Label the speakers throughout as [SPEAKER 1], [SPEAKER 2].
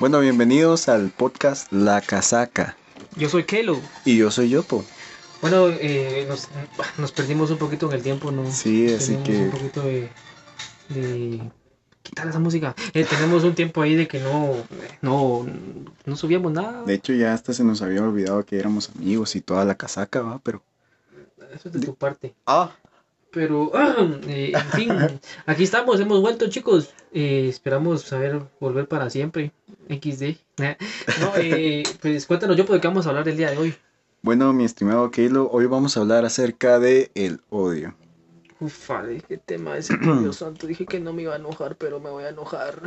[SPEAKER 1] Bueno, bienvenidos al podcast La Casaca.
[SPEAKER 2] Yo soy Kelo.
[SPEAKER 1] Y yo soy Yopo.
[SPEAKER 2] Bueno, eh, nos, nos perdimos un poquito en el tiempo, ¿no?
[SPEAKER 1] Sí, así
[SPEAKER 2] Tenemos
[SPEAKER 1] que-
[SPEAKER 2] Un poquito de, de- quitar esa música. Eh, tenemos un tiempo ahí de que no, no, no subíamos nada.
[SPEAKER 1] De hecho, ya hasta se nos había olvidado que éramos amigos y toda la casaca, va, pero.
[SPEAKER 2] Eso es de tu parte.
[SPEAKER 1] ¡Ah!
[SPEAKER 2] Pero, eh, en fin, aquí estamos, hemos vuelto, chicos. Eh, esperamos saber volver para siempre. XD. No, eh, pues cuéntanos, yo, por qué vamos a hablar el día de hoy.
[SPEAKER 1] Bueno, mi estimado Keilo, hoy vamos a hablar acerca de el odio.
[SPEAKER 2] Ufa, qué tema ese, Dios santo. Dije que no me iba a enojar, pero me voy a enojar.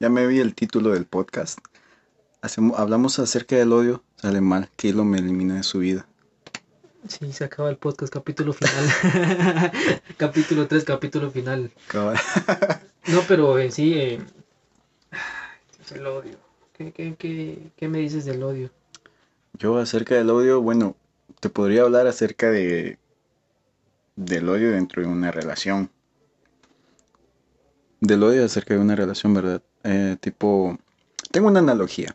[SPEAKER 1] Ya me vi el título del podcast. Hacemos, hablamos acerca del odio, sale mal. Keilo me elimina de su vida.
[SPEAKER 2] Sí, se acaba el podcast, capítulo final. capítulo 3, capítulo final.
[SPEAKER 1] Cabal.
[SPEAKER 2] No, pero eh, sí, eh, el odio. ¿Qué, qué, qué, qué me dices del odio?
[SPEAKER 1] Yo acerca del odio, bueno, te podría hablar acerca de del odio dentro de una relación. Del odio acerca de una relación, ¿verdad? Eh, tipo, tengo una analogía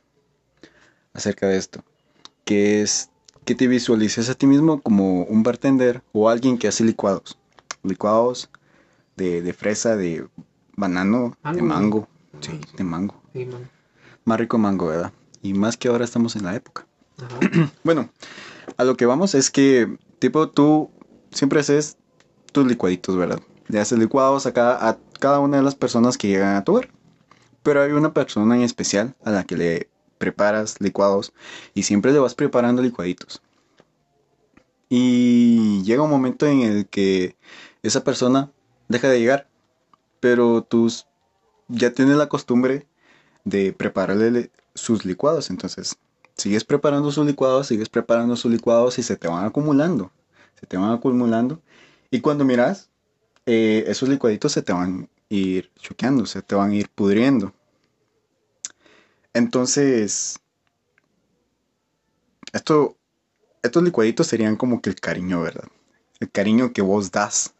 [SPEAKER 1] acerca de esto, que es que te visualices a ti mismo como un bartender o alguien que hace licuados. Licuados de, de fresa, de banano, de
[SPEAKER 2] Mango, ¿no?
[SPEAKER 1] mango. Sí, de mango.
[SPEAKER 2] Sí, man.
[SPEAKER 1] Más rico mango, ¿verdad? Y más que ahora estamos en la época.
[SPEAKER 2] Ajá.
[SPEAKER 1] Bueno, a lo que vamos es que, tipo, tú siempre haces tus licuaditos, ¿verdad? Le haces licuados a cada, a cada una de las personas que llegan a tu hogar. Pero hay una persona en especial a la que le preparas licuados y siempre le vas preparando licuaditos. Y llega un momento en el que esa persona deja de llegar, pero tú ya tienes la costumbre de prepararle le- sus licuados, entonces sigues preparando sus licuados, sigues preparando sus licuados y se te van acumulando. Se te van acumulando. Y cuando miras, eh, esos licuaditos se te van a ir choqueando, se te van a ir pudriendo. Entonces, esto, estos licuaditos serían como que el cariño, ¿verdad? El cariño que vos das.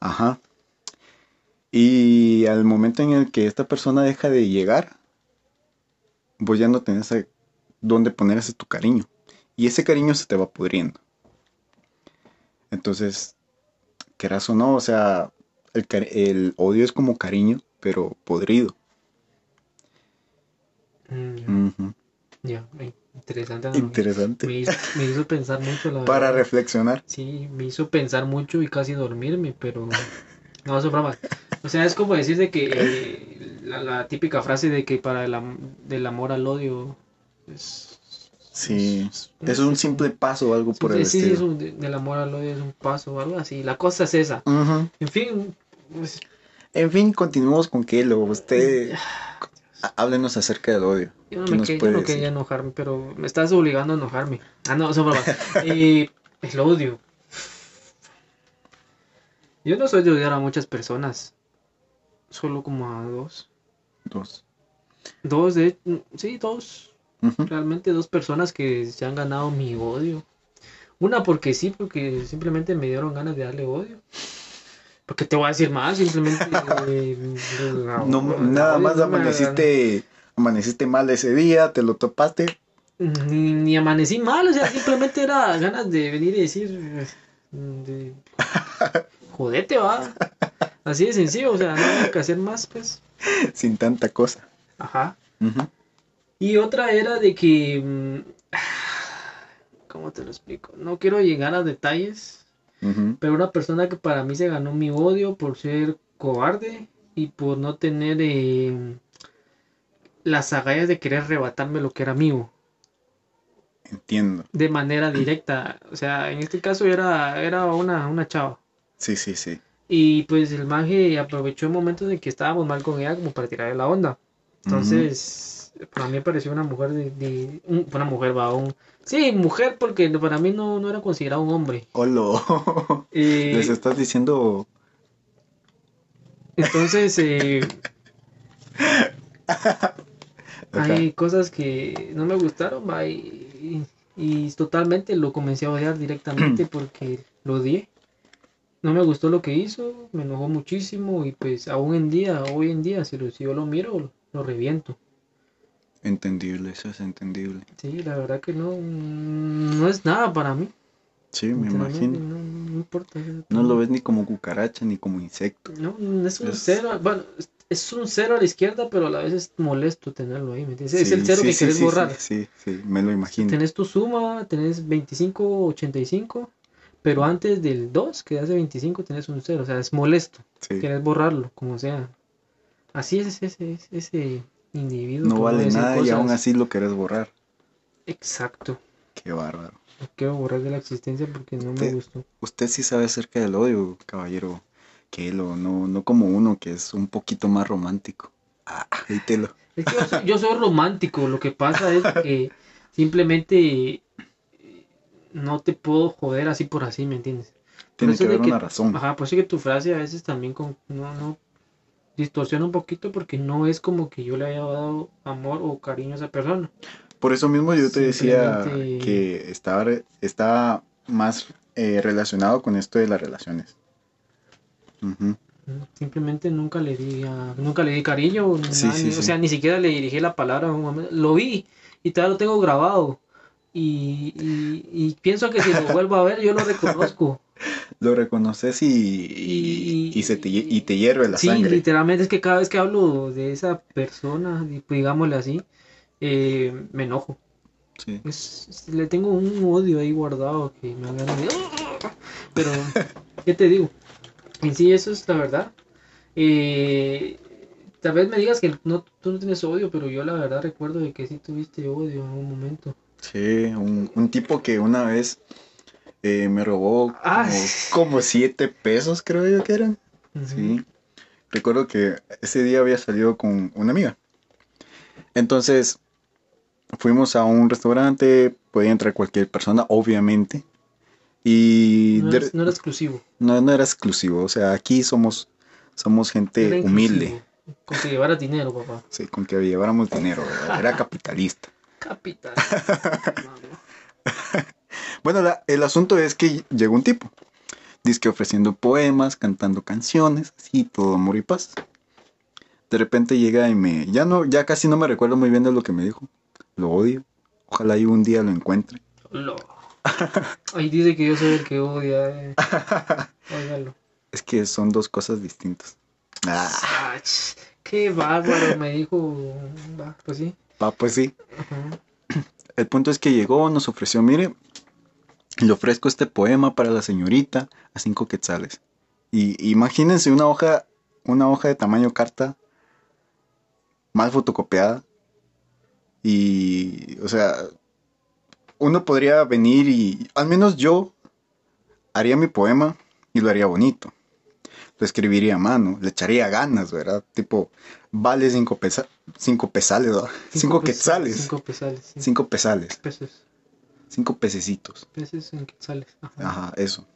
[SPEAKER 1] Ajá. Y al momento en el que esta persona deja de llegar, vos ya no tenés a- donde poner ese tu cariño. Y ese cariño se te va pudriendo. Entonces, querás o no, o sea, el, cari- el odio es como cariño, pero podrido.
[SPEAKER 2] Mm, ya,
[SPEAKER 1] Ujú.
[SPEAKER 2] ya, eh, interesante. ¿no? Me
[SPEAKER 1] Interesante.
[SPEAKER 2] hizo, me hizo pensar mucho, la
[SPEAKER 1] Para
[SPEAKER 2] verdad.
[SPEAKER 1] reflexionar.
[SPEAKER 2] Sí, me hizo pensar mucho y casi dormirme, pero no, eso es broma. O sea, es como decir de que eh, la, la típica frase de que para el am- del amor al odio es...
[SPEAKER 1] Sí. Es un simple paso o algo
[SPEAKER 2] sí,
[SPEAKER 1] por el
[SPEAKER 2] sí, sí, es
[SPEAKER 1] estilo.
[SPEAKER 2] un- de- del amor al odio es un paso o algo así. La cosa es esa.
[SPEAKER 1] Ujú.
[SPEAKER 2] En fin, pues,
[SPEAKER 1] En fin, continuamos con Kelo. Usted
[SPEAKER 2] Ah,
[SPEAKER 1] há- háblenos acerca del odio.
[SPEAKER 2] yo no
[SPEAKER 1] ¿Qué
[SPEAKER 2] me
[SPEAKER 1] nos
[SPEAKER 2] que- yo
[SPEAKER 1] puede
[SPEAKER 2] no
[SPEAKER 1] decir?
[SPEAKER 2] quería enojarme, pero me estás obligando a enojarme. Ah, no, eso es broma. Eh, el odio. Yo no soy de odiar a muchas personas, solo como a dos.
[SPEAKER 1] Dos.
[SPEAKER 2] Dos de, sí, dos,
[SPEAKER 1] Ujú.
[SPEAKER 2] realmente dos personas que se han ganado mi odio. Una porque sí, porque simplemente me dieron ganas de darle odio. Porque te voy a decir más, simplemente eh,
[SPEAKER 1] No, nada
[SPEAKER 2] odio,
[SPEAKER 1] más
[SPEAKER 2] no me-
[SPEAKER 1] amaneciste, amaneciste mal ese día, te lo topaste.
[SPEAKER 2] ni, ni amanecí mal, o sea, simplemente era ganas de venir y decir eh, de, jodete, va. Así de sencillo, o sea, no hay que hacer más, pues.
[SPEAKER 1] sin tanta cosa.
[SPEAKER 2] Ajá. Y otra era de que... mm, ¿Cómo te lo explico? No quiero llegar a detalles, pero una persona que para mí se ganó mi odio por ser cobarde y por no tener eh, las agallas de querer arrebatarme lo que era mío
[SPEAKER 1] Entiendo.
[SPEAKER 2] de manera directa. O sea, en este caso era, era una, una chava.
[SPEAKER 1] Sí, sí, sí.
[SPEAKER 2] Y pues el maje aprovechó el momento de que estábamos mal con ella como para tirarle la onda. Entonces, para mí pareció una mujer de, de- un- una mujer va un sí, mujer porque no- para mí no, no era considerado un hombre.
[SPEAKER 1] Olo.
[SPEAKER 2] Eh,
[SPEAKER 1] Les estás diciendo.
[SPEAKER 2] entonces eh,
[SPEAKER 1] Ajá.
[SPEAKER 2] hay cosas que no me gustaron va, y, y- y totalmente lo comencé a odiar directamente porque lo odié. No me gustó lo que hizo, me enojó muchísimo y pues aún en día, hoy en día, si, lo- si yo lo miro, lo reviento.
[SPEAKER 1] Entendible, eso es entendible.
[SPEAKER 2] Sí, la verdad que no, no es nada para mí.
[SPEAKER 1] Sí, me imagino.
[SPEAKER 2] No, no importa.
[SPEAKER 1] No lo ves ni como cucaracha ni como insecto.
[SPEAKER 2] No, es un cero. Bueno, es un cero a la izquierda, pero a la vez es molesto tenerlo ahí. ¿me entiendes? es
[SPEAKER 1] Sí,
[SPEAKER 2] el cero
[SPEAKER 1] sí,
[SPEAKER 2] que
[SPEAKER 1] sí,
[SPEAKER 2] querés
[SPEAKER 1] sí,
[SPEAKER 2] borrar.
[SPEAKER 1] Sí, sí, sí, me lo imagino.
[SPEAKER 2] Tenés tu suma, tenés 25, 85, pero antes del 2, que hace 25, tenés un 0, o sea, es molesto,
[SPEAKER 1] Sí.
[SPEAKER 2] querés borrarlo, como sea. Así es ese, ese- ese individuo.
[SPEAKER 1] No
[SPEAKER 2] por
[SPEAKER 1] vale
[SPEAKER 2] decir
[SPEAKER 1] nada y
[SPEAKER 2] cosas.
[SPEAKER 1] aún así lo querés borrar.
[SPEAKER 2] Exacto,
[SPEAKER 1] Qué bárbaro.
[SPEAKER 2] lo quiero borrar de la existencia porque no me
[SPEAKER 1] Te-
[SPEAKER 2] gustó.
[SPEAKER 1] Usted sí sabe acerca del odio, caballero. Que lo, no, no como uno que es un poquito más romántico. Ah, ahí te lo.
[SPEAKER 2] Es que yo soy, yo soy romántico, lo que pasa es que simplemente eh, no te puedo joder así por así, ¿me entiendes?
[SPEAKER 1] Tiene
[SPEAKER 2] eso
[SPEAKER 1] que
[SPEAKER 2] de
[SPEAKER 1] haber
[SPEAKER 2] que-
[SPEAKER 1] una razón.
[SPEAKER 2] Ajá, pues sí que tu frase a veces también con, no, no distorsiona un poquito porque no es como que yo le haya dado amor o cariño a esa persona.
[SPEAKER 1] Por eso mismo yo te decía
[SPEAKER 2] Simplemente-
[SPEAKER 1] que estaba, re- estaba más eh, relacionado con esto de las relaciones. Ujú.
[SPEAKER 2] Simplemente nunca le di, a- nunca le di cariño, ni
[SPEAKER 1] Sí,
[SPEAKER 2] nada,
[SPEAKER 1] sí,
[SPEAKER 2] ni-
[SPEAKER 1] sí.
[SPEAKER 2] o sea, ni siquiera le dirigí la palabra. en un momento. Lo vi y todavía lo tengo grabado. Y, y- y pienso que si lo vuelvo a ver, yo lo reconozco.
[SPEAKER 1] Lo reconoces y, y,
[SPEAKER 2] Y-
[SPEAKER 1] y se te, hie- y te hierve la
[SPEAKER 2] sí,
[SPEAKER 1] sangre.
[SPEAKER 2] literalmente es que cada vez que hablo de esa persona, pues, digámosle así, eh, me enojo.
[SPEAKER 1] Sí.
[SPEAKER 2] Es- es- le tengo un odio ahí guardado que me hagan de... Pero, ¿qué te digo? En sí, eso es la verdad. Eh, tal vez me digas que no, tú no tienes odio, pero yo la verdad recuerdo de que sí tuviste odio en un momento.
[SPEAKER 1] Sí, un, un tipo que una vez eh, me robó
[SPEAKER 2] Ah,
[SPEAKER 1] como,
[SPEAKER 2] sí.
[SPEAKER 1] como siete pesos, creo yo que eran. Sí. Recuerdo que ese día había salido con una amiga. Entonces, fuimos a un restaurante, podía entrar cualquier persona, obviamente. Y
[SPEAKER 2] No,
[SPEAKER 1] de-
[SPEAKER 2] eres- no era exclusivo.
[SPEAKER 1] no, no era exclusivo, o sea, aquí somos, somos gente
[SPEAKER 2] era
[SPEAKER 1] humilde,
[SPEAKER 2] inclusivo, Con que llevaras dinero, papá.
[SPEAKER 1] sí, con que lleváramos dinero, ¿verdad? era capitalista.
[SPEAKER 2] Capital. Mamá.
[SPEAKER 1] Bueno, la- el asunto es que llegó un tipo. Dice que ofreciendo poemas, cantando canciones, así todo amor y paz. De repente llega y me. Ya no, ya casi no me recuerdo muy bien de lo que me dijo. Lo odio. Ojalá yo un día lo encuentre.
[SPEAKER 2] Lo. Ahí dice que yo soy el que odia. eh. Óigalo.
[SPEAKER 1] Es que son dos cosas distintas. Ah,
[SPEAKER 2] Ah, ch, qué bárbaro, me dijo. va, Pues sí.
[SPEAKER 1] va, pues sí.
[SPEAKER 2] Ajá.
[SPEAKER 1] El punto es que llegó, nos ofreció, mire, le ofrezco este poema para la señorita a cinco quetzales. Y imagínense una hoja, una hoja de tamaño carta, mal fotocopiada. Y, o sea, uno podría venir y, al menos yo, haría mi poema y lo haría bonito. Lo escribiría a mano, le echaría ganas, ¿verdad? Tipo, vale cinco, pesa- cinco pesales, ¿verdad? Cinco,
[SPEAKER 2] pes-
[SPEAKER 1] quetzales.
[SPEAKER 2] Cinco pesales. Cinco,
[SPEAKER 1] Cinco pesales.
[SPEAKER 2] pesos.
[SPEAKER 1] Cinco pececitos.
[SPEAKER 2] Pesos en quetzales. Ajá.
[SPEAKER 1] Ajá, eso.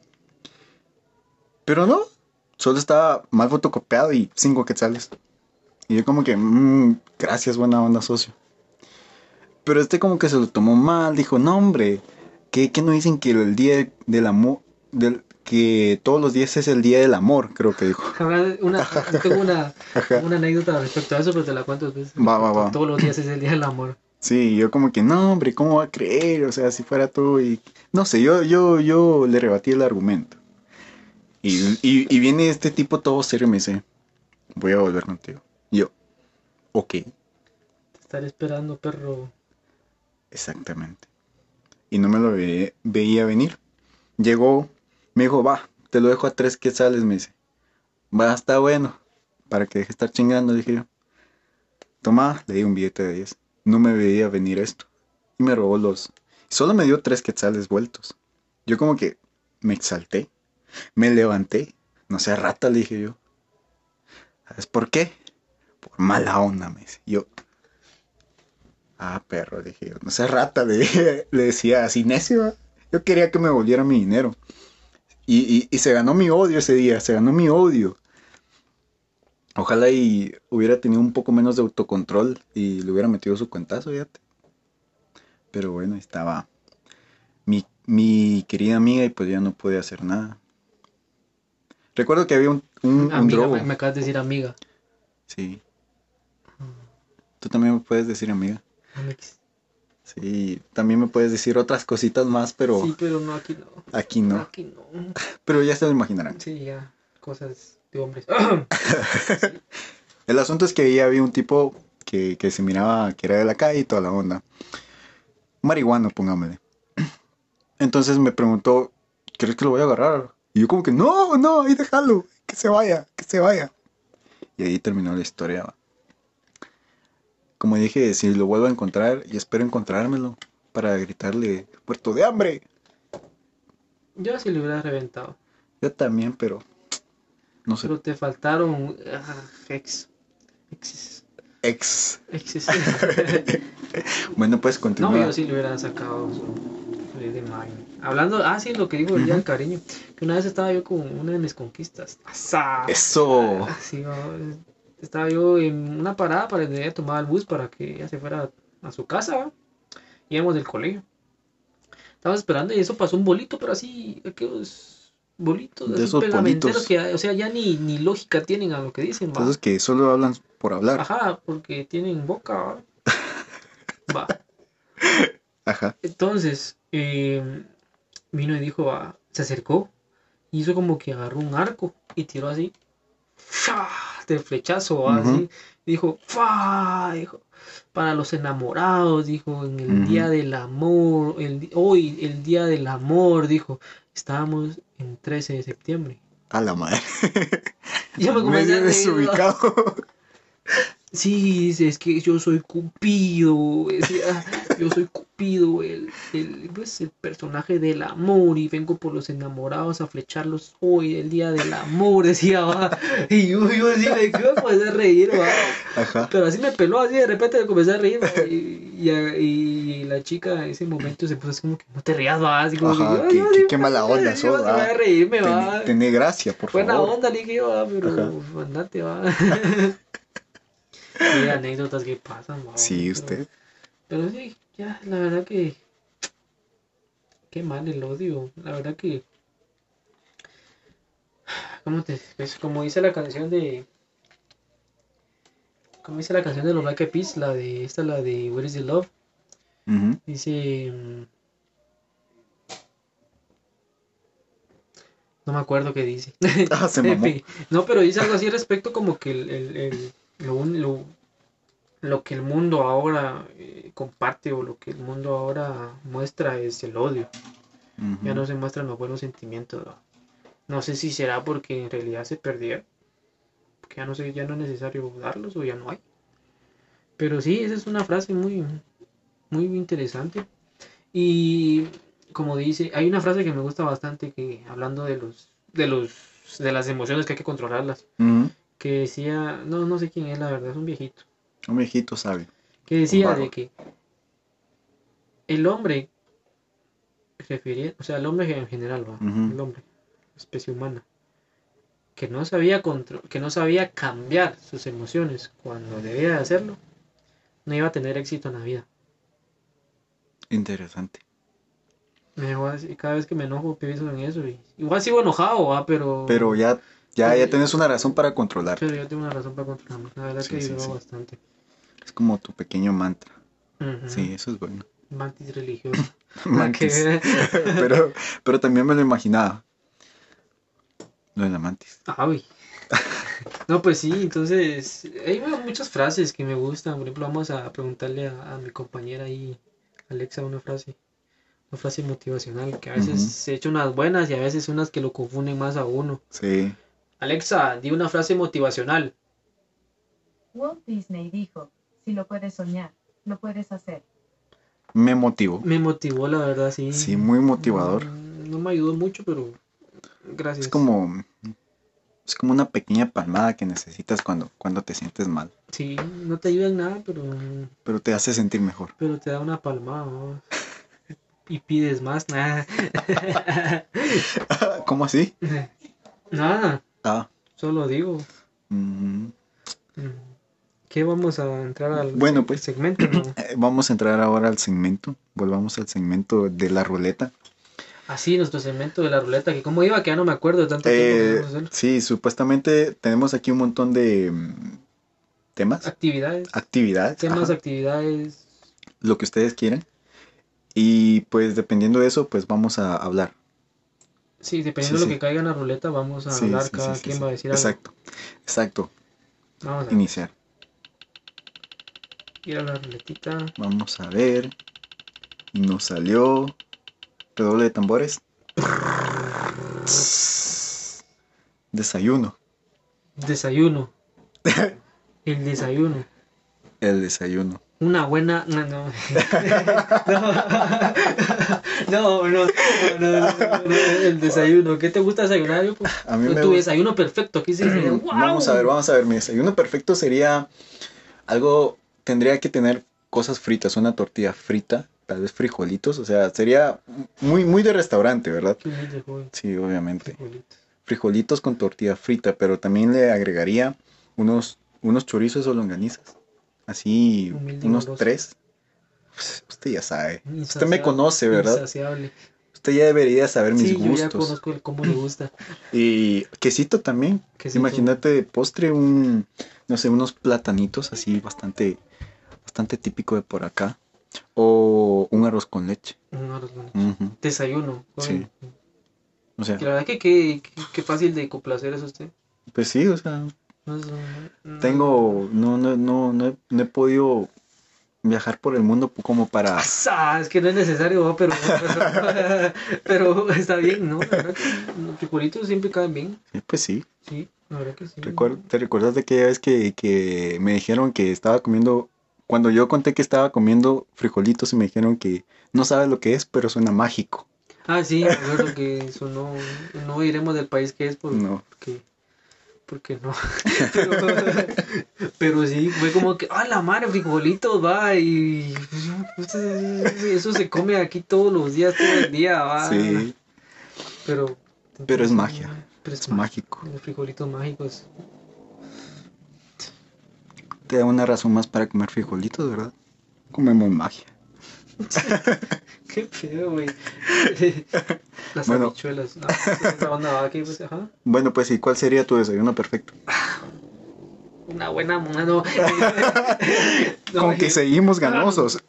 [SPEAKER 1] Pero no. Solo estaba mal fotocopiado y cinco quetzales. Y yo como que, "Mm, gracias, buena onda, socio. Pero este como que se lo tomó mal, dijo, no hombre, que no dicen que el día del amor, del, que todos los días es el día del amor, creo que dijo.
[SPEAKER 2] Habrá una, tengo una,
[SPEAKER 1] Ajá.
[SPEAKER 2] una anécdota respecto a eso, pero te la cuento después.
[SPEAKER 1] Va, va, va.
[SPEAKER 2] Todos los días es el día del amor.
[SPEAKER 1] Sí, yo como que, no hombre, ¿cómo va a creer? O sea, si fuera tú y... No sé, yo, yo, yo le rebatí el argumento. Y, y- y viene este tipo todo serio y me dice, voy a volver contigo. Y yo, ok,
[SPEAKER 2] Te estaré esperando, perro.
[SPEAKER 1] exactamente. Y no me lo ve- veía venir. Llegó, me dijo, va, te lo dejo a tres quetzales, me dice. Va, está bueno, para que deje de estar chingando, dije yo. Tomá, le di un billete de 10. No me veía venir esto. Y me robó los... Solo me dio tres quetzales vueltos. Yo como que me exalté. Me levanté. No sea rata, le dije yo. ¿Sabes por qué? Por mala onda, me dice. Yo... Ah, perro, le dije yo. No sea rata, le, dije- le decía así necio. ¿va? Yo quería que me volviera mi dinero. Y, y- y se ganó mi odio ese día, se ganó mi odio. Ojalá y hubiera tenido un poco menos de autocontrol y le hubiera metido su cuentazo, fíjate. Pero bueno, ahí estaba mi, mi querida amiga y pues ya no pude hacer nada. Recuerdo que había un, un, un
[SPEAKER 2] Amiga,
[SPEAKER 1] drogo.
[SPEAKER 2] me, me acabas de decir amiga. Mm,
[SPEAKER 1] Sí. Tú también me puedes decir amiga. Sí, también me puedes decir otras cositas más, pero.
[SPEAKER 2] Sí, pero no aquí no.
[SPEAKER 1] Aquí no.
[SPEAKER 2] Aquí no.
[SPEAKER 1] Pero ya se lo imaginarán.
[SPEAKER 2] Sí, ya. Cosas de hombres. Sí.
[SPEAKER 1] El asunto es que ahí había un tipo que, que se miraba que era de la calle y toda la onda. Marihuano, pongámosle. Entonces me preguntó, ¿crees que lo voy a agarrar? Y yo como que, no, no, ahí déjalo, que se vaya, que se vaya. Y ahí terminó la historia. va. Como dije, si lo vuelvo a encontrar, y espero encontrármelo para gritarle, muerto de hambre.
[SPEAKER 2] Yo sí lo hubiera reventado.
[SPEAKER 1] Yo también, pero no sé.
[SPEAKER 2] Pero te faltaron ah, ex. Exes.
[SPEAKER 1] Ex.
[SPEAKER 2] Exes.
[SPEAKER 1] bueno, pues
[SPEAKER 2] no,
[SPEAKER 1] continúa.
[SPEAKER 2] yo sí le hubiera sacado su feliz de mayo. Hablando, ah, sí, lo que digo el día del cariño. Que una vez estaba yo con una de mis conquistas. ¡Asa!
[SPEAKER 1] Eso.
[SPEAKER 2] Ah, sí, va, eh, estaba yo en una parada para que ella tomaba el bus para que ella se fuera a su casa. ¿va? Íbamos del colegio. Estaba esperando y eso pasó un bolito, pero así, aquellos bolitos,
[SPEAKER 1] De
[SPEAKER 2] así
[SPEAKER 1] esos
[SPEAKER 2] pelamenteros
[SPEAKER 1] bolitos.
[SPEAKER 2] que, o sea, ya ni, ni lógica tienen a lo que dicen, va.
[SPEAKER 1] Entonces que solo hablan por hablar.
[SPEAKER 2] Ajá, porque tienen boca, ¿va? va.
[SPEAKER 1] Ajá.
[SPEAKER 2] Entonces, eh, vino y dijo, ah, se acercó, hizo como que agarró un arco y tiró así, ¡fua! de flechazo, ah,
[SPEAKER 1] Ujú.
[SPEAKER 2] así, dijo, ¡fua! dijo, para los enamorados, dijo, en el
[SPEAKER 1] Ujú.
[SPEAKER 2] día del amor, el, di- hoy, el día del amor, dijo, estábamos en 13 de septiembre.
[SPEAKER 1] A la madre.
[SPEAKER 2] Ya me comencé a
[SPEAKER 1] Medio
[SPEAKER 2] reír, ¿verdad?
[SPEAKER 1] desubicado.
[SPEAKER 2] Sí, dice, es que yo soy Cupido, es- ah, yo soy Cupido, el, el, pues, el personaje del amor, y vengo por los enamorados a flecharlos hoy, el día del amor, decía, va. y yo, yo así me yo me comencé a reír, va.
[SPEAKER 1] Ajá.
[SPEAKER 2] pero así me peló, así de repente me comencé a reír, va, y, y a- y la chica en ese momento se puso así como que, no te rías, va, así como
[SPEAKER 1] Ajá,
[SPEAKER 2] que,
[SPEAKER 1] qué-
[SPEAKER 2] yo,
[SPEAKER 1] qué-
[SPEAKER 2] yo,
[SPEAKER 1] qué mala onda
[SPEAKER 2] yo,
[SPEAKER 1] sos, ah".
[SPEAKER 2] yo,
[SPEAKER 1] va.
[SPEAKER 2] voy a reírme, va,
[SPEAKER 1] Tené, tené gracia, por
[SPEAKER 2] ah, Buena
[SPEAKER 1] favor.
[SPEAKER 2] onda, le dije yo, ah, pero
[SPEAKER 1] Ajá.
[SPEAKER 2] andate, va. Sí, anécdotas que pasan, va.
[SPEAKER 1] Sí,
[SPEAKER 2] pero-
[SPEAKER 1] usted.
[SPEAKER 2] Pero sí, ya, la verdad que. Qué mal el odio. La verdad que. ¿Cómo te.? pues, como dice la canción de. Como dice la canción de los Black Eyed Peas, la de. Esta, la de Where is the Love.
[SPEAKER 1] Ujú.
[SPEAKER 2] Dice. mm, No me acuerdo qué dice.
[SPEAKER 1] Ah, se mamó.
[SPEAKER 2] En fin, no, pero dice algo así respecto como que el, el- el- lo, un- lo- lo que el mundo ahora eh, comparte o lo que el mundo ahora muestra es el odio. Ya
[SPEAKER 1] Ujú.
[SPEAKER 2] no se muestran los buenos sentimientos. ¿no? No sé si será porque en realidad se perdieron. Porque ya no sé, ya no es necesario darlos o ya no hay. Pero sí, esa es una frase muy, muy interesante. Y como dice, hay una frase que me gusta bastante que hablando de los, de los, de las emociones que hay que controlarlas
[SPEAKER 1] Ujú.
[SPEAKER 2] que decía, no, no sé quién es la verdad, es un viejito,
[SPEAKER 1] Un viejito sabio.
[SPEAKER 2] que decía
[SPEAKER 1] vago.
[SPEAKER 2] de que el hombre, refería, o sea, el hombre en general, ¿va?
[SPEAKER 1] Ujú.
[SPEAKER 2] el hombre, especie humana, que no sabía contro- que no sabía cambiar sus emociones cuando debía de hacerlo, no iba a tener éxito en la vida.
[SPEAKER 1] Interesante.
[SPEAKER 2] Me dejó así, cada vez que me enojo pienso en eso y igual sigo enojado, ¿va? pero
[SPEAKER 1] Pero ya, ya, ya
[SPEAKER 2] Pero-
[SPEAKER 1] tenés una razón para controlar.
[SPEAKER 2] pero yo tengo una razón para controlarme, la verdad
[SPEAKER 1] Sí,
[SPEAKER 2] que
[SPEAKER 1] sí,
[SPEAKER 2] ayudó
[SPEAKER 1] sí.
[SPEAKER 2] bastante.
[SPEAKER 1] Es como tu pequeño mantra.
[SPEAKER 2] Ujú.
[SPEAKER 1] Sí, eso es bueno.
[SPEAKER 2] Mantis religiosa. La que-
[SPEAKER 1] Mantis. pero, pero también me lo imaginaba. Lo de la mantis.
[SPEAKER 2] Ay. No, pues sí, entonces hay mu- muchas frases que me gustan. Por ejemplo, vamos a preguntarle a, a mi compañera ahí, Alexa, una frase, una frase motivacional, que a veces
[SPEAKER 1] Ujú.
[SPEAKER 2] se echa unas buenas y a veces unas que lo confunden más a uno.
[SPEAKER 1] Sí.
[SPEAKER 2] Alexa, di una frase motivacional.
[SPEAKER 3] Walt Disney dijo, si lo puedes soñar, lo puedes hacer.
[SPEAKER 1] Me motivó.
[SPEAKER 2] Me motivó, la verdad, sí.
[SPEAKER 1] Sí, muy motivador.
[SPEAKER 2] Mm, No me ayudó mucho, pero gracias.
[SPEAKER 1] Es como. Es como una pequeña palmada que necesitas cuando, cuando te sientes mal.
[SPEAKER 2] Sí, no te ayuda en nada, pero,
[SPEAKER 1] Pero te hace sentir mejor.
[SPEAKER 2] pero te da una palmada. ¿no? Y pides más, nada.
[SPEAKER 1] ¿Cómo así?
[SPEAKER 2] Nada,
[SPEAKER 1] Ah.
[SPEAKER 2] solo digo.
[SPEAKER 1] mm,
[SPEAKER 2] Mm. ¿Qué vamos a entrar al
[SPEAKER 1] Bueno,
[SPEAKER 2] se-
[SPEAKER 1] pues.
[SPEAKER 2] segmento? no?
[SPEAKER 1] eh, Vamos a entrar ahora al segmento. Volvamos al segmento de la ruleta.
[SPEAKER 2] Así, nuestro segmento de la ruleta, que como iba, que ya no me acuerdo de tanto tiempo que
[SPEAKER 1] Eh,
[SPEAKER 2] vamos a hacer.
[SPEAKER 1] sí, supuestamente tenemos aquí un montón de mm, temas,
[SPEAKER 2] Actividades,
[SPEAKER 1] actividades.
[SPEAKER 2] Ah, temas,
[SPEAKER 1] ajá.
[SPEAKER 2] actividades,
[SPEAKER 1] lo que ustedes quieran. Y pues dependiendo de eso, pues vamos a hablar.
[SPEAKER 2] Sí, dependiendo
[SPEAKER 1] Sí,
[SPEAKER 2] de lo
[SPEAKER 1] sí.
[SPEAKER 2] que caiga en la ruleta, vamos a
[SPEAKER 1] Sí,
[SPEAKER 2] hablar
[SPEAKER 1] sí, sí,
[SPEAKER 2] cada
[SPEAKER 1] sí,
[SPEAKER 2] quien
[SPEAKER 1] sí.
[SPEAKER 2] va a decir
[SPEAKER 1] Exacto, exacto.
[SPEAKER 2] algo. Vamos a
[SPEAKER 1] Iniciar.
[SPEAKER 2] ir a la ruletita.
[SPEAKER 1] Vamos a ver. Nos salió. Redoble de tambores. Desayuno.
[SPEAKER 2] Desayuno. El desayuno.
[SPEAKER 1] El desayuno.
[SPEAKER 2] Una buena. No, no. No, no, no, no, no, no, El desayuno. ¿Qué te gusta desayunar? Yo, pues,
[SPEAKER 1] A mí me
[SPEAKER 2] tu
[SPEAKER 1] gusta-
[SPEAKER 2] desayuno perfecto. Aquí se dice, wow.
[SPEAKER 1] Vamos a ver, vamos a ver. Mi desayuno perfecto sería algo. Tendría que tener cosas fritas, una tortilla frita, tal vez frijolitos. O sea, sería muy, muy de restaurante, ¿verdad?
[SPEAKER 2] Qué humilde, joven.
[SPEAKER 1] Sí, obviamente.
[SPEAKER 2] Frijolitos.
[SPEAKER 1] Frijolitos con tortilla frita, pero también le agregaría unos, unos chorizos o longanizas. Así,
[SPEAKER 2] Humilde y
[SPEAKER 1] unos
[SPEAKER 2] goloso.
[SPEAKER 1] tres. Pues, Usted ya sabe. Usted me
[SPEAKER 2] Insaciable,
[SPEAKER 1] conoce, ¿verdad?
[SPEAKER 2] Insaciable.
[SPEAKER 1] Usted ya debería saber mis
[SPEAKER 2] Sí, yo ya
[SPEAKER 1] gustos.
[SPEAKER 2] conozco el cómo le gusta.
[SPEAKER 1] Y quesito también.
[SPEAKER 2] Que sí,
[SPEAKER 1] Imagínate de postre un, no sé, unos platanitos así bastante, bastante típico de por acá. O un arroz con leche.
[SPEAKER 2] tú- un arroz con-
[SPEAKER 1] Ujú.
[SPEAKER 2] Desayuno. joven.
[SPEAKER 1] O sea,
[SPEAKER 2] Que la verdad que qué qué fácil de complacer es usted.
[SPEAKER 1] pues sí, o sea,
[SPEAKER 2] No es un- no-
[SPEAKER 1] tengo, no, no, no, no he, no he podido viajar por el mundo como para...
[SPEAKER 2] ¡Asa! Ah, Es que no es necesario, ¿va? pero, pero, está bien, ¿no? La verdad que los frijolitos siempre caen bien.
[SPEAKER 1] Sí, Pues sí,
[SPEAKER 2] Sí, la verdad que sí.
[SPEAKER 1] recuer- ¿te recuerdas de aquella vez que, que me dijeron que estaba comiendo, cuando yo conté que estaba comiendo frijolitos y me dijeron que no sabes lo que es, pero suena mágico?
[SPEAKER 2] Ah, sí, me acuerdo que eso no, no iremos del país que es por-
[SPEAKER 1] No.
[SPEAKER 2] porque, porque no. Pero, pero sí, fue como que, ah, la madre, frijolitos, va, y eso se come aquí todos los días, todo el día, va.
[SPEAKER 1] Sí,
[SPEAKER 2] Pero,
[SPEAKER 1] Pero es magia.
[SPEAKER 2] Pero
[SPEAKER 1] es mágico.
[SPEAKER 2] Los frijolitos mágicos.
[SPEAKER 1] te da una razón más para comer frijolitos, ¿verdad? Comemos magia.
[SPEAKER 2] Qué pedo, güey. Las
[SPEAKER 1] Bueno.
[SPEAKER 2] habichuelas. No, esa onda va aquí, pues, ajá.
[SPEAKER 1] Bueno, pues, ¿y cuál sería tu desayuno perfecto?
[SPEAKER 2] Una buena mona, no. No,
[SPEAKER 1] Con que
[SPEAKER 2] eh,
[SPEAKER 1] seguimos ganosos.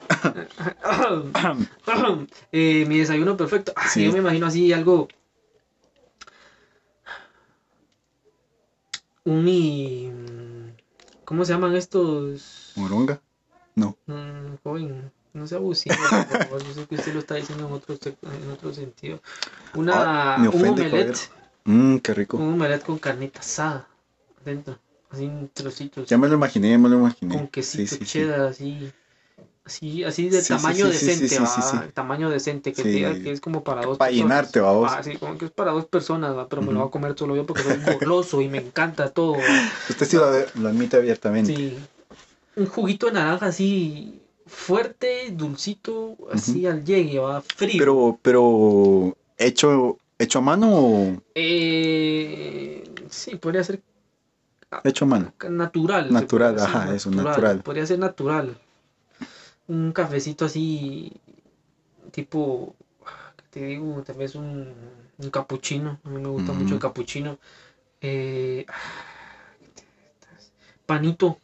[SPEAKER 2] eh, mi desayuno perfecto. Ah,
[SPEAKER 1] Sí.
[SPEAKER 2] Yo me imagino así algo. Un mi. ¿Cómo se llaman estos?
[SPEAKER 1] Moronga. No.
[SPEAKER 2] Mm, joven, no sea abusivo, por favor. Yo sé que usted lo está diciendo en otro, sec- en otro sentido. Una,
[SPEAKER 1] Ah, me
[SPEAKER 2] un
[SPEAKER 1] ofende,
[SPEAKER 2] omelette.
[SPEAKER 1] Mmm, qué rico.
[SPEAKER 2] Un omelette con carnita asada adentro, así en trocitos,
[SPEAKER 1] Ya me lo imaginé, ya me lo imaginé.
[SPEAKER 2] con quesito
[SPEAKER 1] sí, sí, sí.
[SPEAKER 2] cheddar, así, así, así de
[SPEAKER 1] Sí, sí,
[SPEAKER 2] tamaño
[SPEAKER 1] sí, sí, sí,
[SPEAKER 2] decente,
[SPEAKER 1] sí, sí,
[SPEAKER 2] va,
[SPEAKER 1] sí.
[SPEAKER 2] tamaño decente, que,
[SPEAKER 1] Sí.
[SPEAKER 2] diga que es como para dos
[SPEAKER 1] Pa' llenarte, va, vos.
[SPEAKER 2] Ah, sí, como que es para dos personas, va, pero me lo
[SPEAKER 1] Ujú.
[SPEAKER 2] voy a comer solo yo porque soy goloso y me encanta todo. va.
[SPEAKER 1] Usted sí lo,
[SPEAKER 2] Ah.
[SPEAKER 1] ade- lo admite abiertamente.
[SPEAKER 2] Sí, un juguito de naranja así fuerte, dulcito, así al llegue, va, frío.
[SPEAKER 1] Pero, pero, ¿hecho, hecho a mano o
[SPEAKER 2] Eh, sí, podría ser
[SPEAKER 1] hecho a mano?
[SPEAKER 2] Natural. se
[SPEAKER 1] Natural,
[SPEAKER 2] puede decir,
[SPEAKER 1] ajá, eso, natural.
[SPEAKER 2] Podría ser natural. Un cafecito así, tipo, ¿qué te digo? Tal vez un, un capuchino. A mí me gusta mucho el
[SPEAKER 1] Ujú.
[SPEAKER 2] capuchino. Eh, ah, panito,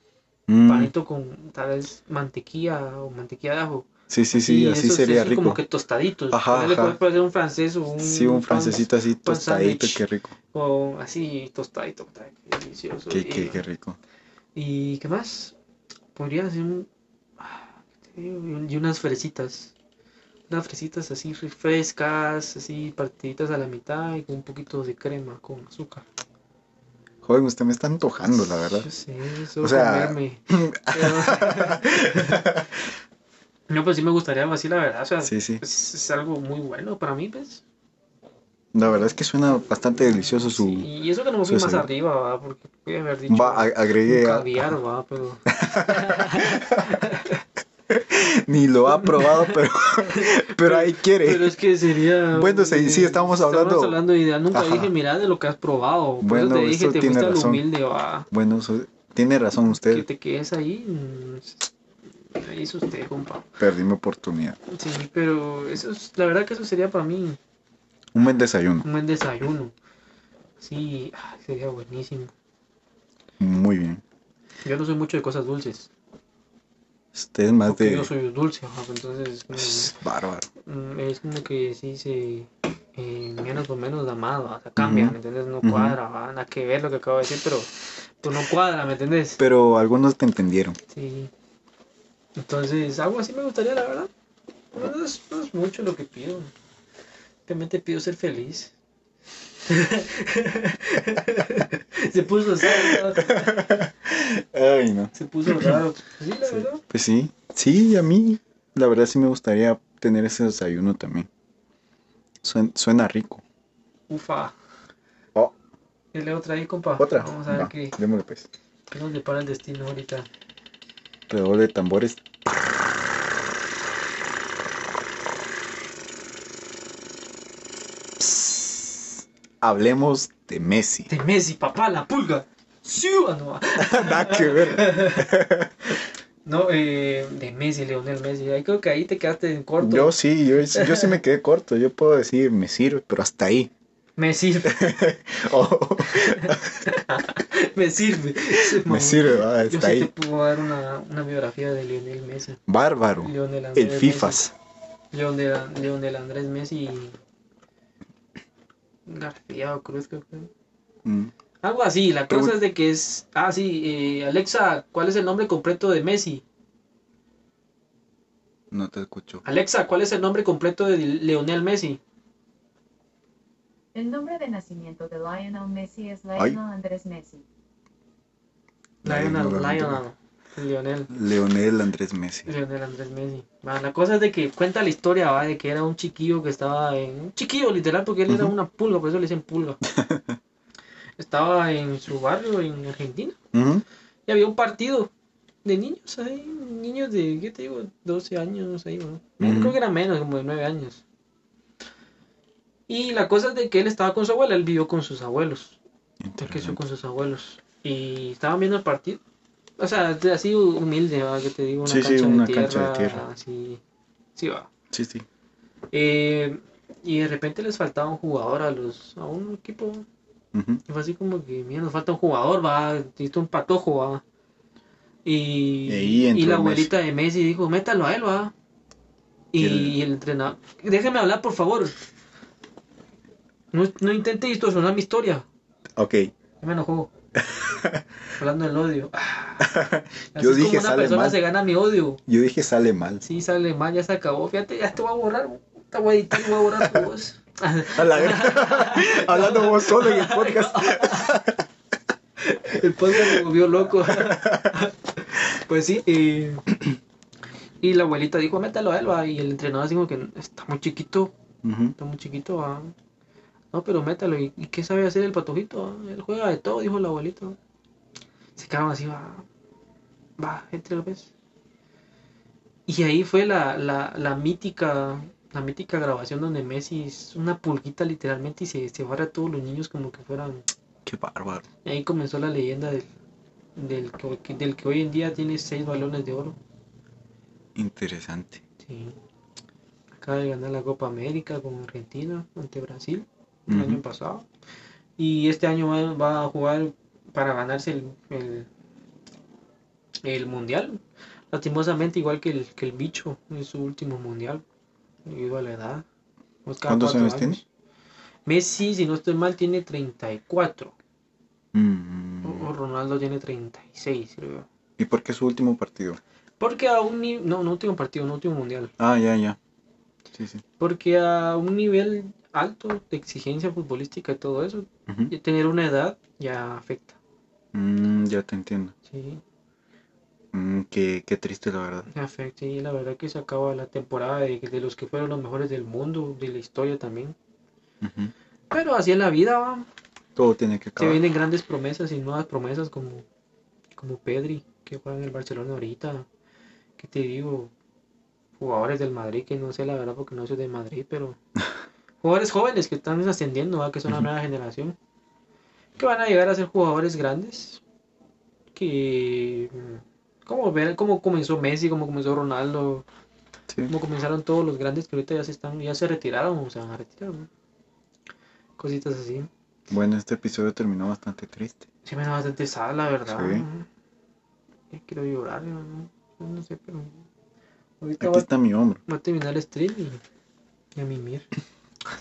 [SPEAKER 1] Mm,
[SPEAKER 2] panito con tal vez mantequilla o mantequilla de ajo.
[SPEAKER 1] sí, sí, sí, así
[SPEAKER 2] esos
[SPEAKER 1] sería
[SPEAKER 2] así
[SPEAKER 1] rico.
[SPEAKER 2] como que tostaditos.
[SPEAKER 1] Ajá,
[SPEAKER 2] Ponerle
[SPEAKER 1] ajá.
[SPEAKER 2] como puede ser un francés o un
[SPEAKER 1] Sí, un
[SPEAKER 2] pan-
[SPEAKER 1] francesito así
[SPEAKER 2] pan
[SPEAKER 1] tostadito,
[SPEAKER 2] sándwich.
[SPEAKER 1] qué rico.
[SPEAKER 2] o así tostadito. qué Delicioso.
[SPEAKER 1] Qué,
[SPEAKER 2] Y-
[SPEAKER 1] qué, qué rico.
[SPEAKER 2] ¿Y qué más? Podría ser un... ah, ¿qué te digo? Y un- y unas fresitas. Unas fresitas así re- frescas, así partiditas a la mitad y con un poquito de crema con azúcar.
[SPEAKER 1] Joven, usted me está antojando, la verdad.
[SPEAKER 2] Yo sé, solo
[SPEAKER 1] O sea-
[SPEAKER 2] comerme. Pero- No, pues sí me gustaría así, la verdad. O sea,
[SPEAKER 1] Sí, sí.
[SPEAKER 2] es, es algo muy bueno para mí, pues. ¿ves?
[SPEAKER 1] La verdad es que suena bastante delicioso su...
[SPEAKER 2] Y eso que no me
[SPEAKER 1] su
[SPEAKER 2] fui más
[SPEAKER 1] desayuno.
[SPEAKER 2] arriba, ¿va? Porque pude haber dicho
[SPEAKER 1] Va, ah, eh, a- agregué
[SPEAKER 2] un
[SPEAKER 1] a-
[SPEAKER 2] caviar, ¿va? Pero...
[SPEAKER 1] Ni lo ha probado, pero, pero ahí quiere.
[SPEAKER 2] Pero es que sería.
[SPEAKER 1] Bueno, sí, sí, estábamos hablando-
[SPEAKER 2] hablando de idea. Nunca
[SPEAKER 1] Ajá.
[SPEAKER 2] dije, mira, de lo que has probado. Por
[SPEAKER 1] Bueno,
[SPEAKER 2] eso te dije,
[SPEAKER 1] eso
[SPEAKER 2] te
[SPEAKER 1] tiene
[SPEAKER 2] fuiste al
[SPEAKER 1] razón.
[SPEAKER 2] humilde, va.
[SPEAKER 1] Bueno, eso- tiene razón
[SPEAKER 2] Que
[SPEAKER 1] usted.
[SPEAKER 2] te quedes ahí. mm, Ahí es usted, compa.
[SPEAKER 1] Perdí mi oportunidad.
[SPEAKER 2] Sí, pero eso es, la verdad que eso sería para mí
[SPEAKER 1] Un buen desayuno.
[SPEAKER 2] un buen desayuno. Sí, ah, sería buenísimo.
[SPEAKER 1] Muy bien.
[SPEAKER 2] Yo no soy mucho de cosas dulces.
[SPEAKER 1] Usted es más
[SPEAKER 2] Porque
[SPEAKER 1] de.
[SPEAKER 2] yo soy dulce, ajá, entonces es
[SPEAKER 1] Es bárbaro.
[SPEAKER 2] como, mm, es como que sí se eh, menos o menos amado, o sea, cambia,
[SPEAKER 1] Ujú.
[SPEAKER 2] ¿me entiendes? No
[SPEAKER 1] Ujú.
[SPEAKER 2] cuadra, va, nada que ver lo que acabo de decir, pero pues no cuadra, ¿me entiendes?
[SPEAKER 1] Pero algunos te entendieron.
[SPEAKER 2] Sí. Entonces, algo así me gustaría, la verdad. No es, no es mucho lo que pido. Realmente pido ser feliz. Se puso raro.
[SPEAKER 1] Ay, no.
[SPEAKER 2] Se puso raro. Sí, la verdad.
[SPEAKER 1] Pues sí, sí, a mí la verdad sí me gustaría tener ese desayuno también. Suen- suena rico.
[SPEAKER 2] Ufa.
[SPEAKER 1] Oh,
[SPEAKER 2] Es la otra ahí, compa.
[SPEAKER 1] otra.
[SPEAKER 2] Vamos a ver
[SPEAKER 1] Va,
[SPEAKER 2] qué,
[SPEAKER 1] démosle, pues.
[SPEAKER 2] qué nos depara el destino ahorita.
[SPEAKER 1] Alrededor de tambores. Hablemos de Messi.
[SPEAKER 2] De Messi, papá, la pulga. Sí, ah, no.
[SPEAKER 1] Nada que ver.
[SPEAKER 2] No, eh, de Messi, Leonel Messi. Ahí creo que ahí te quedaste en corto.
[SPEAKER 1] Yo sí, yo, yo sí me quedé corto. Yo puedo decir, me sirve, pero hasta ahí.
[SPEAKER 2] Me sirve,
[SPEAKER 1] Oh,
[SPEAKER 2] me sirve. Ese
[SPEAKER 1] me
[SPEAKER 2] mamón.
[SPEAKER 1] sirve, va, hasta
[SPEAKER 2] Yo sí te
[SPEAKER 1] ahí.
[SPEAKER 2] puedo dar una, una biografía de Lionel Messi.
[SPEAKER 1] Bárbaro.
[SPEAKER 2] Lionel Andrés
[SPEAKER 1] El FIFAS.
[SPEAKER 2] Messi. Lionel, Lionel Andrés Messi. García o Cruz, creo que.
[SPEAKER 1] Mm.
[SPEAKER 2] Algo así. La cosa
[SPEAKER 1] Pregun-
[SPEAKER 2] es de que es. Ah, sí. eh, Alexa, ¿cuál es el nombre completo de Messi?
[SPEAKER 1] No te escucho.
[SPEAKER 2] Alexa, ¿cuál es el nombre completo de Lionel Messi?
[SPEAKER 3] El nombre de nacimiento de Lionel Messi es
[SPEAKER 1] Ay.
[SPEAKER 3] Lionel Andrés Messi.
[SPEAKER 2] Lionel.
[SPEAKER 1] Lionel.
[SPEAKER 2] Lionel. Lionel.
[SPEAKER 1] Leonel Andrés Messi.
[SPEAKER 2] Lionel Andrés Messi. Va, la cosa es de que cuenta la historia, va, de que era un chiquillo que estaba en. Un chiquillo, literal, porque él era
[SPEAKER 1] Ujú.
[SPEAKER 2] una pulga, por eso le dicen pulga. estaba en su barrio en Argentina
[SPEAKER 1] Ujú.
[SPEAKER 2] y había un partido de niños ahí, niños de, ¿qué te digo? 12 años ahí, ¿no?
[SPEAKER 1] Ujú.
[SPEAKER 2] Creo que era menos, como de 9 años. Y la cosa es de que él estaba con su abuela, él vivió con sus abuelos. Porque eso
[SPEAKER 1] Interesante.
[SPEAKER 2] con sus abuelos. Y estaban viendo el partido. O sea, de- así humilde, va, que te digo, una
[SPEAKER 1] Sí, sí,
[SPEAKER 2] cancha
[SPEAKER 1] una
[SPEAKER 2] de
[SPEAKER 1] cancha de
[SPEAKER 2] tierra.
[SPEAKER 1] tierra.
[SPEAKER 2] Así, sí, va.
[SPEAKER 1] Sí, sí.
[SPEAKER 2] Eh, y de repente les faltaba un jugador a los a un equipo.
[SPEAKER 1] Ujú.
[SPEAKER 2] Y fue así como que, mira, nos falta un jugador, va, necesito un patojo, va. Y,
[SPEAKER 1] Y ahí entró
[SPEAKER 2] y la
[SPEAKER 1] Messi.
[SPEAKER 2] abuelita de Messi dijo, métalo a él, va. Y,
[SPEAKER 1] Y el-
[SPEAKER 2] el entrenador, déjeme hablar, por favor. No, no intente distorsionar mi historia.
[SPEAKER 1] Ok.
[SPEAKER 2] Ya me enojó. Hablando del odio. Ah. Así
[SPEAKER 1] Yo
[SPEAKER 2] es
[SPEAKER 1] dije,
[SPEAKER 2] como una
[SPEAKER 1] sale
[SPEAKER 2] persona
[SPEAKER 1] mal.
[SPEAKER 2] se gana mi odio.
[SPEAKER 1] Yo dije sale mal.
[SPEAKER 2] Sí, sale mal, ya se acabó. Fíjate, ya te voy a borrar. Te voy a editar, y voy a borrar tu voz.
[SPEAKER 1] A la gran- Hablando vos solo en el podcast.
[SPEAKER 2] El podcast me volvió loco. pues sí. eh, y la abuelita dijo, métalo a él, va", Y el entrenador así como que está muy chiquito,
[SPEAKER 1] Ujú.
[SPEAKER 2] está muy chiquito, va". No, pero métalo. ¿Y, y qué sabe hacer el patojito? va? Él juega de todo, dijo el abuelito. Se quedaron así, va. Va, entre López. Y ahí fue la, la, la mítica. La mítica grabación donde Messi es una pulguita literalmente y se, se barra a todos los niños como que fueran
[SPEAKER 1] Qué bárbaro.
[SPEAKER 2] y ahí comenzó la leyenda del, del, que, hoy- que- del que hoy en día tiene seis balones de oro.
[SPEAKER 1] Interesante.
[SPEAKER 2] Sí. Acaba de ganar la Copa América con Argentina ante Brasil el
[SPEAKER 1] Ujú.
[SPEAKER 2] año pasado. Y este año va, va a jugar para ganarse el, el, el Mundial. Lastimosamente, igual que el, que el bicho en su último Mundial, debido a la edad. Pues cada
[SPEAKER 1] ¿Cuántos
[SPEAKER 2] cuatro
[SPEAKER 1] años tiene?
[SPEAKER 2] Messi, si no estoy mal, tiene 34.
[SPEAKER 1] Mm.
[SPEAKER 2] O- O Ronaldo tiene 36, creo.
[SPEAKER 1] ¿Y por qué su último partido?
[SPEAKER 2] Porque a un nivel, no, no último partido, no último mundial.
[SPEAKER 1] Ah, ya, ya. Sí, sí.
[SPEAKER 2] Porque a un nivel alto de exigencia futbolística y todo eso,
[SPEAKER 1] Ujú.
[SPEAKER 2] y tener una edad ya afecta.
[SPEAKER 1] Mm, ya te entiendo.
[SPEAKER 2] Sí,
[SPEAKER 1] Mm, qué, qué triste, la verdad.
[SPEAKER 2] afecta. Y la verdad que se acaba la temporada de, de los que fueron los mejores del mundo, de la historia también.
[SPEAKER 1] Ujú.
[SPEAKER 2] Pero así es la vida, va.
[SPEAKER 1] Todo tiene que
[SPEAKER 2] Se
[SPEAKER 1] acabar.
[SPEAKER 2] vienen grandes promesas y nuevas promesas como, como Pedri, que juega en el Barcelona ahorita. Que te digo, jugadores del Madrid, que no sé la verdad porque no soy de Madrid, pero jugadores jóvenes que están ascendiendo, ¿va? que son la
[SPEAKER 1] Ujú.
[SPEAKER 2] nueva generación, que van a llegar a ser jugadores grandes. Que. mm, Como ver cómo comenzó Messi, cómo comenzó Ronaldo,
[SPEAKER 1] Sí.
[SPEAKER 2] cómo comenzaron todos los grandes que ahorita ya se están, ya se retiraron, o se van a retirar, ¿no? Cositas así.
[SPEAKER 1] Bueno, este episodio terminó bastante triste.
[SPEAKER 2] Sí me da bastante sad, la verdad.
[SPEAKER 1] Sí.
[SPEAKER 2] ¿no? Ya Quiero llorar, ¿no? pues no sé, pero.
[SPEAKER 1] Aquí
[SPEAKER 2] Ahorita voy,
[SPEAKER 1] está mi hombro.
[SPEAKER 2] voy a terminar el stream y, y a mimir.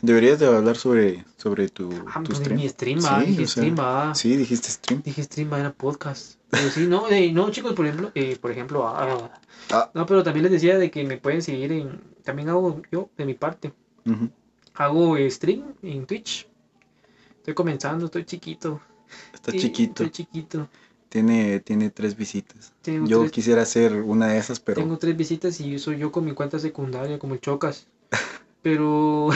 [SPEAKER 1] Deberías de hablar sobre, sobre tu,
[SPEAKER 2] Ah,
[SPEAKER 1] tu
[SPEAKER 2] pues
[SPEAKER 1] stream.
[SPEAKER 2] mi stream va,
[SPEAKER 1] Sí,
[SPEAKER 2] dije
[SPEAKER 1] o sea,
[SPEAKER 2] stream va.
[SPEAKER 1] Sí, dijiste stream.
[SPEAKER 2] Dije stream va, era podcast. Pero sí, no, eh, no, chicos, por ejemplo, eh, por ejemplo, ah,
[SPEAKER 1] Ah.
[SPEAKER 2] no, pero también les decía de que me pueden seguir en. También hago yo, de mi parte.
[SPEAKER 1] Ujú.
[SPEAKER 2] Hago eh, stream en Twitch. Estoy comenzando, estoy chiquito.
[SPEAKER 1] Está
[SPEAKER 2] Sí,
[SPEAKER 1] chiquito.
[SPEAKER 2] Estoy chiquito.
[SPEAKER 1] Tiene, tiene tres visitas.
[SPEAKER 2] Tengo,
[SPEAKER 1] Yo
[SPEAKER 2] tres,
[SPEAKER 1] quisiera hacer una de esas, pero
[SPEAKER 2] tengo tres visitas y soy yo con mi cuenta secundaria, como el Chocas. Pero.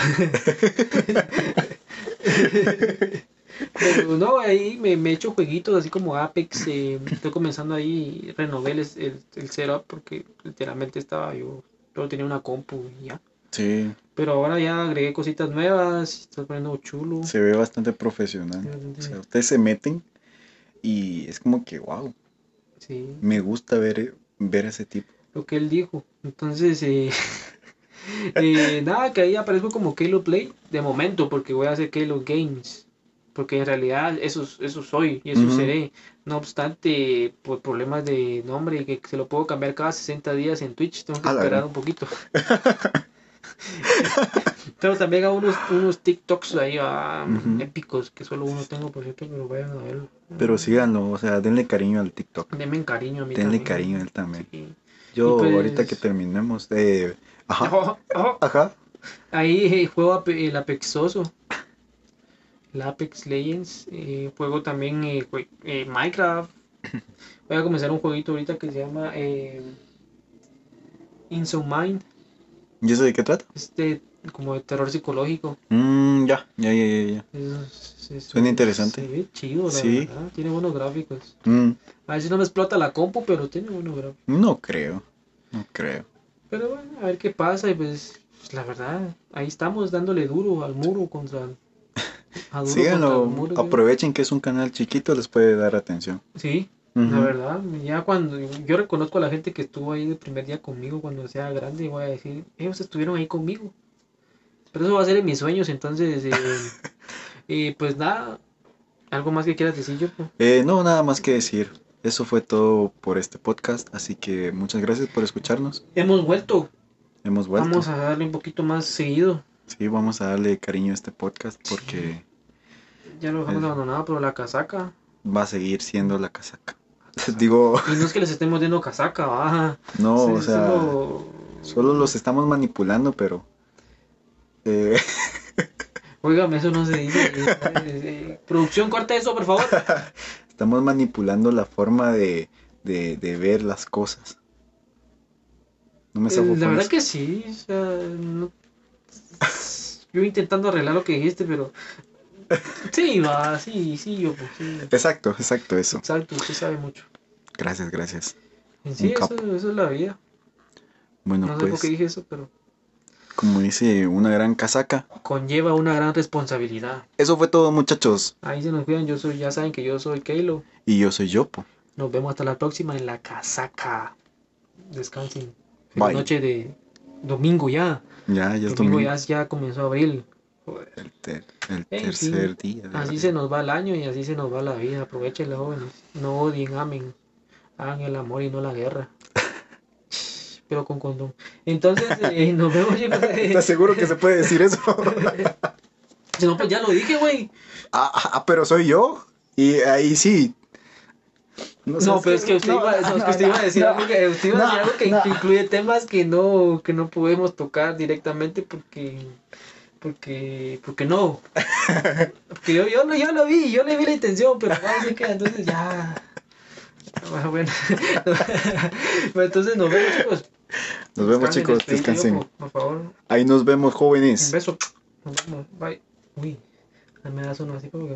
[SPEAKER 2] Pero no, ahí me, me echo jueguitos así como Apex. eh, estoy comenzando ahí, renové el, el, el setup porque literalmente estaba yo. Solo tenía una compu y ya.
[SPEAKER 1] sí,
[SPEAKER 2] Pero ahora ya agregué cositas nuevas, estoy poniendo chulo.
[SPEAKER 1] se ve bastante profesional. O sea, ustedes se meten y es como que, wow,
[SPEAKER 2] Sí.
[SPEAKER 1] me gusta ver, ver a ese tipo.
[SPEAKER 2] lo que él dijo. Entonces, eh, eh, nada, que ahí aparezco como Kalo Play de momento, porque voy a hacer Kalo Games. Porque en realidad eso, eso soy y eso
[SPEAKER 1] Ujú.
[SPEAKER 2] seré. No obstante, por problemas de nombre, que se lo puedo cambiar cada 60 días en Twitch, tengo que
[SPEAKER 1] A la
[SPEAKER 2] esperar
[SPEAKER 1] gran-
[SPEAKER 2] un poquito. Pero también hago unos, unos TikToks ahí ah,
[SPEAKER 1] Ujú.
[SPEAKER 2] épicos, que solo uno tengo, por cierto, pero vayan a verlo.
[SPEAKER 1] Pero síganlo, o sea, denle cariño al TikTok.
[SPEAKER 2] Denme cariño a mí
[SPEAKER 1] Denle
[SPEAKER 2] también.
[SPEAKER 1] cariño a él también.
[SPEAKER 2] Sí.
[SPEAKER 1] Yo,
[SPEAKER 2] Y pues-
[SPEAKER 1] ahorita que terminemos, eh, ajá,
[SPEAKER 2] Oh,
[SPEAKER 1] ajá,
[SPEAKER 2] Ahí eh, juego Ape- el Apexoso, el Apex Legends, eh, juego también eh, jue- eh, Minecraft. Voy a comenzar un jueguito ahorita que se llama eh, Mind,
[SPEAKER 1] ¿y eso de qué trata?
[SPEAKER 2] este como de terror psicológico.
[SPEAKER 1] Mm, ya, ya, ya, ya, ya.
[SPEAKER 2] Es- es-
[SPEAKER 1] Suena interesante.
[SPEAKER 2] Se ve chido, la
[SPEAKER 1] Sí.
[SPEAKER 2] verdad. Tiene buenos gráficos.
[SPEAKER 1] Mm,
[SPEAKER 2] A ver si no me explota la compu, pero tiene buenos gráficos.
[SPEAKER 1] no creo, no creo.
[SPEAKER 2] Pero bueno, a ver qué pasa. Y pues, pues, la verdad, ahí estamos dándole duro al muro contra. A duro contra el
[SPEAKER 1] Síganlo,
[SPEAKER 2] muro. ¿sí?
[SPEAKER 1] aprovechen que es un canal chiquito, les puede dar atención.
[SPEAKER 2] Sí, La
[SPEAKER 1] Ujú.
[SPEAKER 2] verdad, ya cuando yo reconozco a la gente que estuvo ahí el primer día conmigo, cuando sea grande, voy a decir, ellos estuvieron ahí conmigo. Pero eso va a ser en mis sueños, entonces, eh, eh, pues nada, algo más que quieras decir yo.
[SPEAKER 1] Eh, no, nada más que decir. Eso fue todo por este podcast, así que muchas gracias por escucharnos.
[SPEAKER 2] Hemos vuelto,
[SPEAKER 1] Hemos vuelto.
[SPEAKER 2] vamos a darle un poquito más seguido.
[SPEAKER 1] Sí, vamos a darle cariño a este podcast porque
[SPEAKER 2] Ya lo dejamos
[SPEAKER 1] Eh.
[SPEAKER 2] abandonado, pero la casaca.
[SPEAKER 1] va a seguir siendo la casaca. Digo,
[SPEAKER 2] Y no es que les estemos viendo casaca, va.
[SPEAKER 1] no,
[SPEAKER 2] Sí,
[SPEAKER 1] o sea, solo...
[SPEAKER 2] solo-
[SPEAKER 1] los estamos manipulando, pero eh,
[SPEAKER 2] Óigame, eso no se dice. eh, eh, Producción, corta eso, por favor.
[SPEAKER 1] estamos manipulando la forma de, de- de ver las cosas. No me
[SPEAKER 2] Eh,
[SPEAKER 1] zafó
[SPEAKER 2] La
[SPEAKER 1] con
[SPEAKER 2] verdad
[SPEAKER 1] eso.
[SPEAKER 2] que sí, o sea, no- yo intentando arreglar lo que dijiste, pero sí, va, sí, sí, yo, pues, sí.
[SPEAKER 1] Exacto, exacto, eso.
[SPEAKER 2] Exacto, usted sabe mucho.
[SPEAKER 1] Gracias, gracias.
[SPEAKER 2] En sí,
[SPEAKER 1] Un
[SPEAKER 2] eso,
[SPEAKER 1] capo.
[SPEAKER 2] eso es la vida.
[SPEAKER 1] Bueno,
[SPEAKER 2] No sé por
[SPEAKER 1] pues,
[SPEAKER 2] qué dije eso, pero
[SPEAKER 1] como dice una gran casaca.
[SPEAKER 2] conlleva una gran responsabilidad.
[SPEAKER 1] Eso fue todo, muchachos.
[SPEAKER 2] Ahí se nos cuidan, yo soy, ya saben que yo soy Keilo.
[SPEAKER 1] Y yo soy Yopo.
[SPEAKER 2] Nos vemos hasta la próxima en la casaca. Descansen. Feliz
[SPEAKER 1] Bye.
[SPEAKER 2] noche de domingo ya.
[SPEAKER 1] Ya, ya es
[SPEAKER 2] domingo,
[SPEAKER 1] domingo.
[SPEAKER 2] ya, ya comenzó abril. Joder.
[SPEAKER 1] El, ter- el
[SPEAKER 2] Ey,
[SPEAKER 1] tercer día. de
[SPEAKER 2] Así
[SPEAKER 1] abril.
[SPEAKER 2] se nos va el año y así se nos va la vida. Aprovechenla, jóvenes. No odien, amen. Hagan el amor y no la guerra. Pero con condón. Entonces, eh, nos vemos. chicos.
[SPEAKER 1] ¿Estás seguro que se puede decir eso?
[SPEAKER 2] Si no, pues ya lo dije, güey.
[SPEAKER 1] ah, ah, pero soy yo. Y ahí sí. sé,
[SPEAKER 2] No, pero es que usted
[SPEAKER 1] no,
[SPEAKER 2] iba, no, es que usted
[SPEAKER 1] no,
[SPEAKER 2] iba a decir
[SPEAKER 1] no.
[SPEAKER 2] algo que, usted iba a decir
[SPEAKER 1] no,
[SPEAKER 2] algo que
[SPEAKER 1] no.
[SPEAKER 2] que incluye temas que no, que no podemos tocar directamente porque. Porque, porque no. Porque yo, yo, lo- yo lo vi, yo le vi la intención, pero bueno, se queda, entonces ya. Ah, Bueno, Bueno, entonces nos vemos, chicos.
[SPEAKER 1] Nos vemos,
[SPEAKER 2] Descansen,
[SPEAKER 1] chicos.
[SPEAKER 2] despedite,
[SPEAKER 1] Descansen.
[SPEAKER 2] loco, Por, favor,
[SPEAKER 1] Ahí nos vemos,
[SPEAKER 2] un
[SPEAKER 1] jóvenes.
[SPEAKER 2] beso. Nos vemos, bye. Uy, me das uno así como que.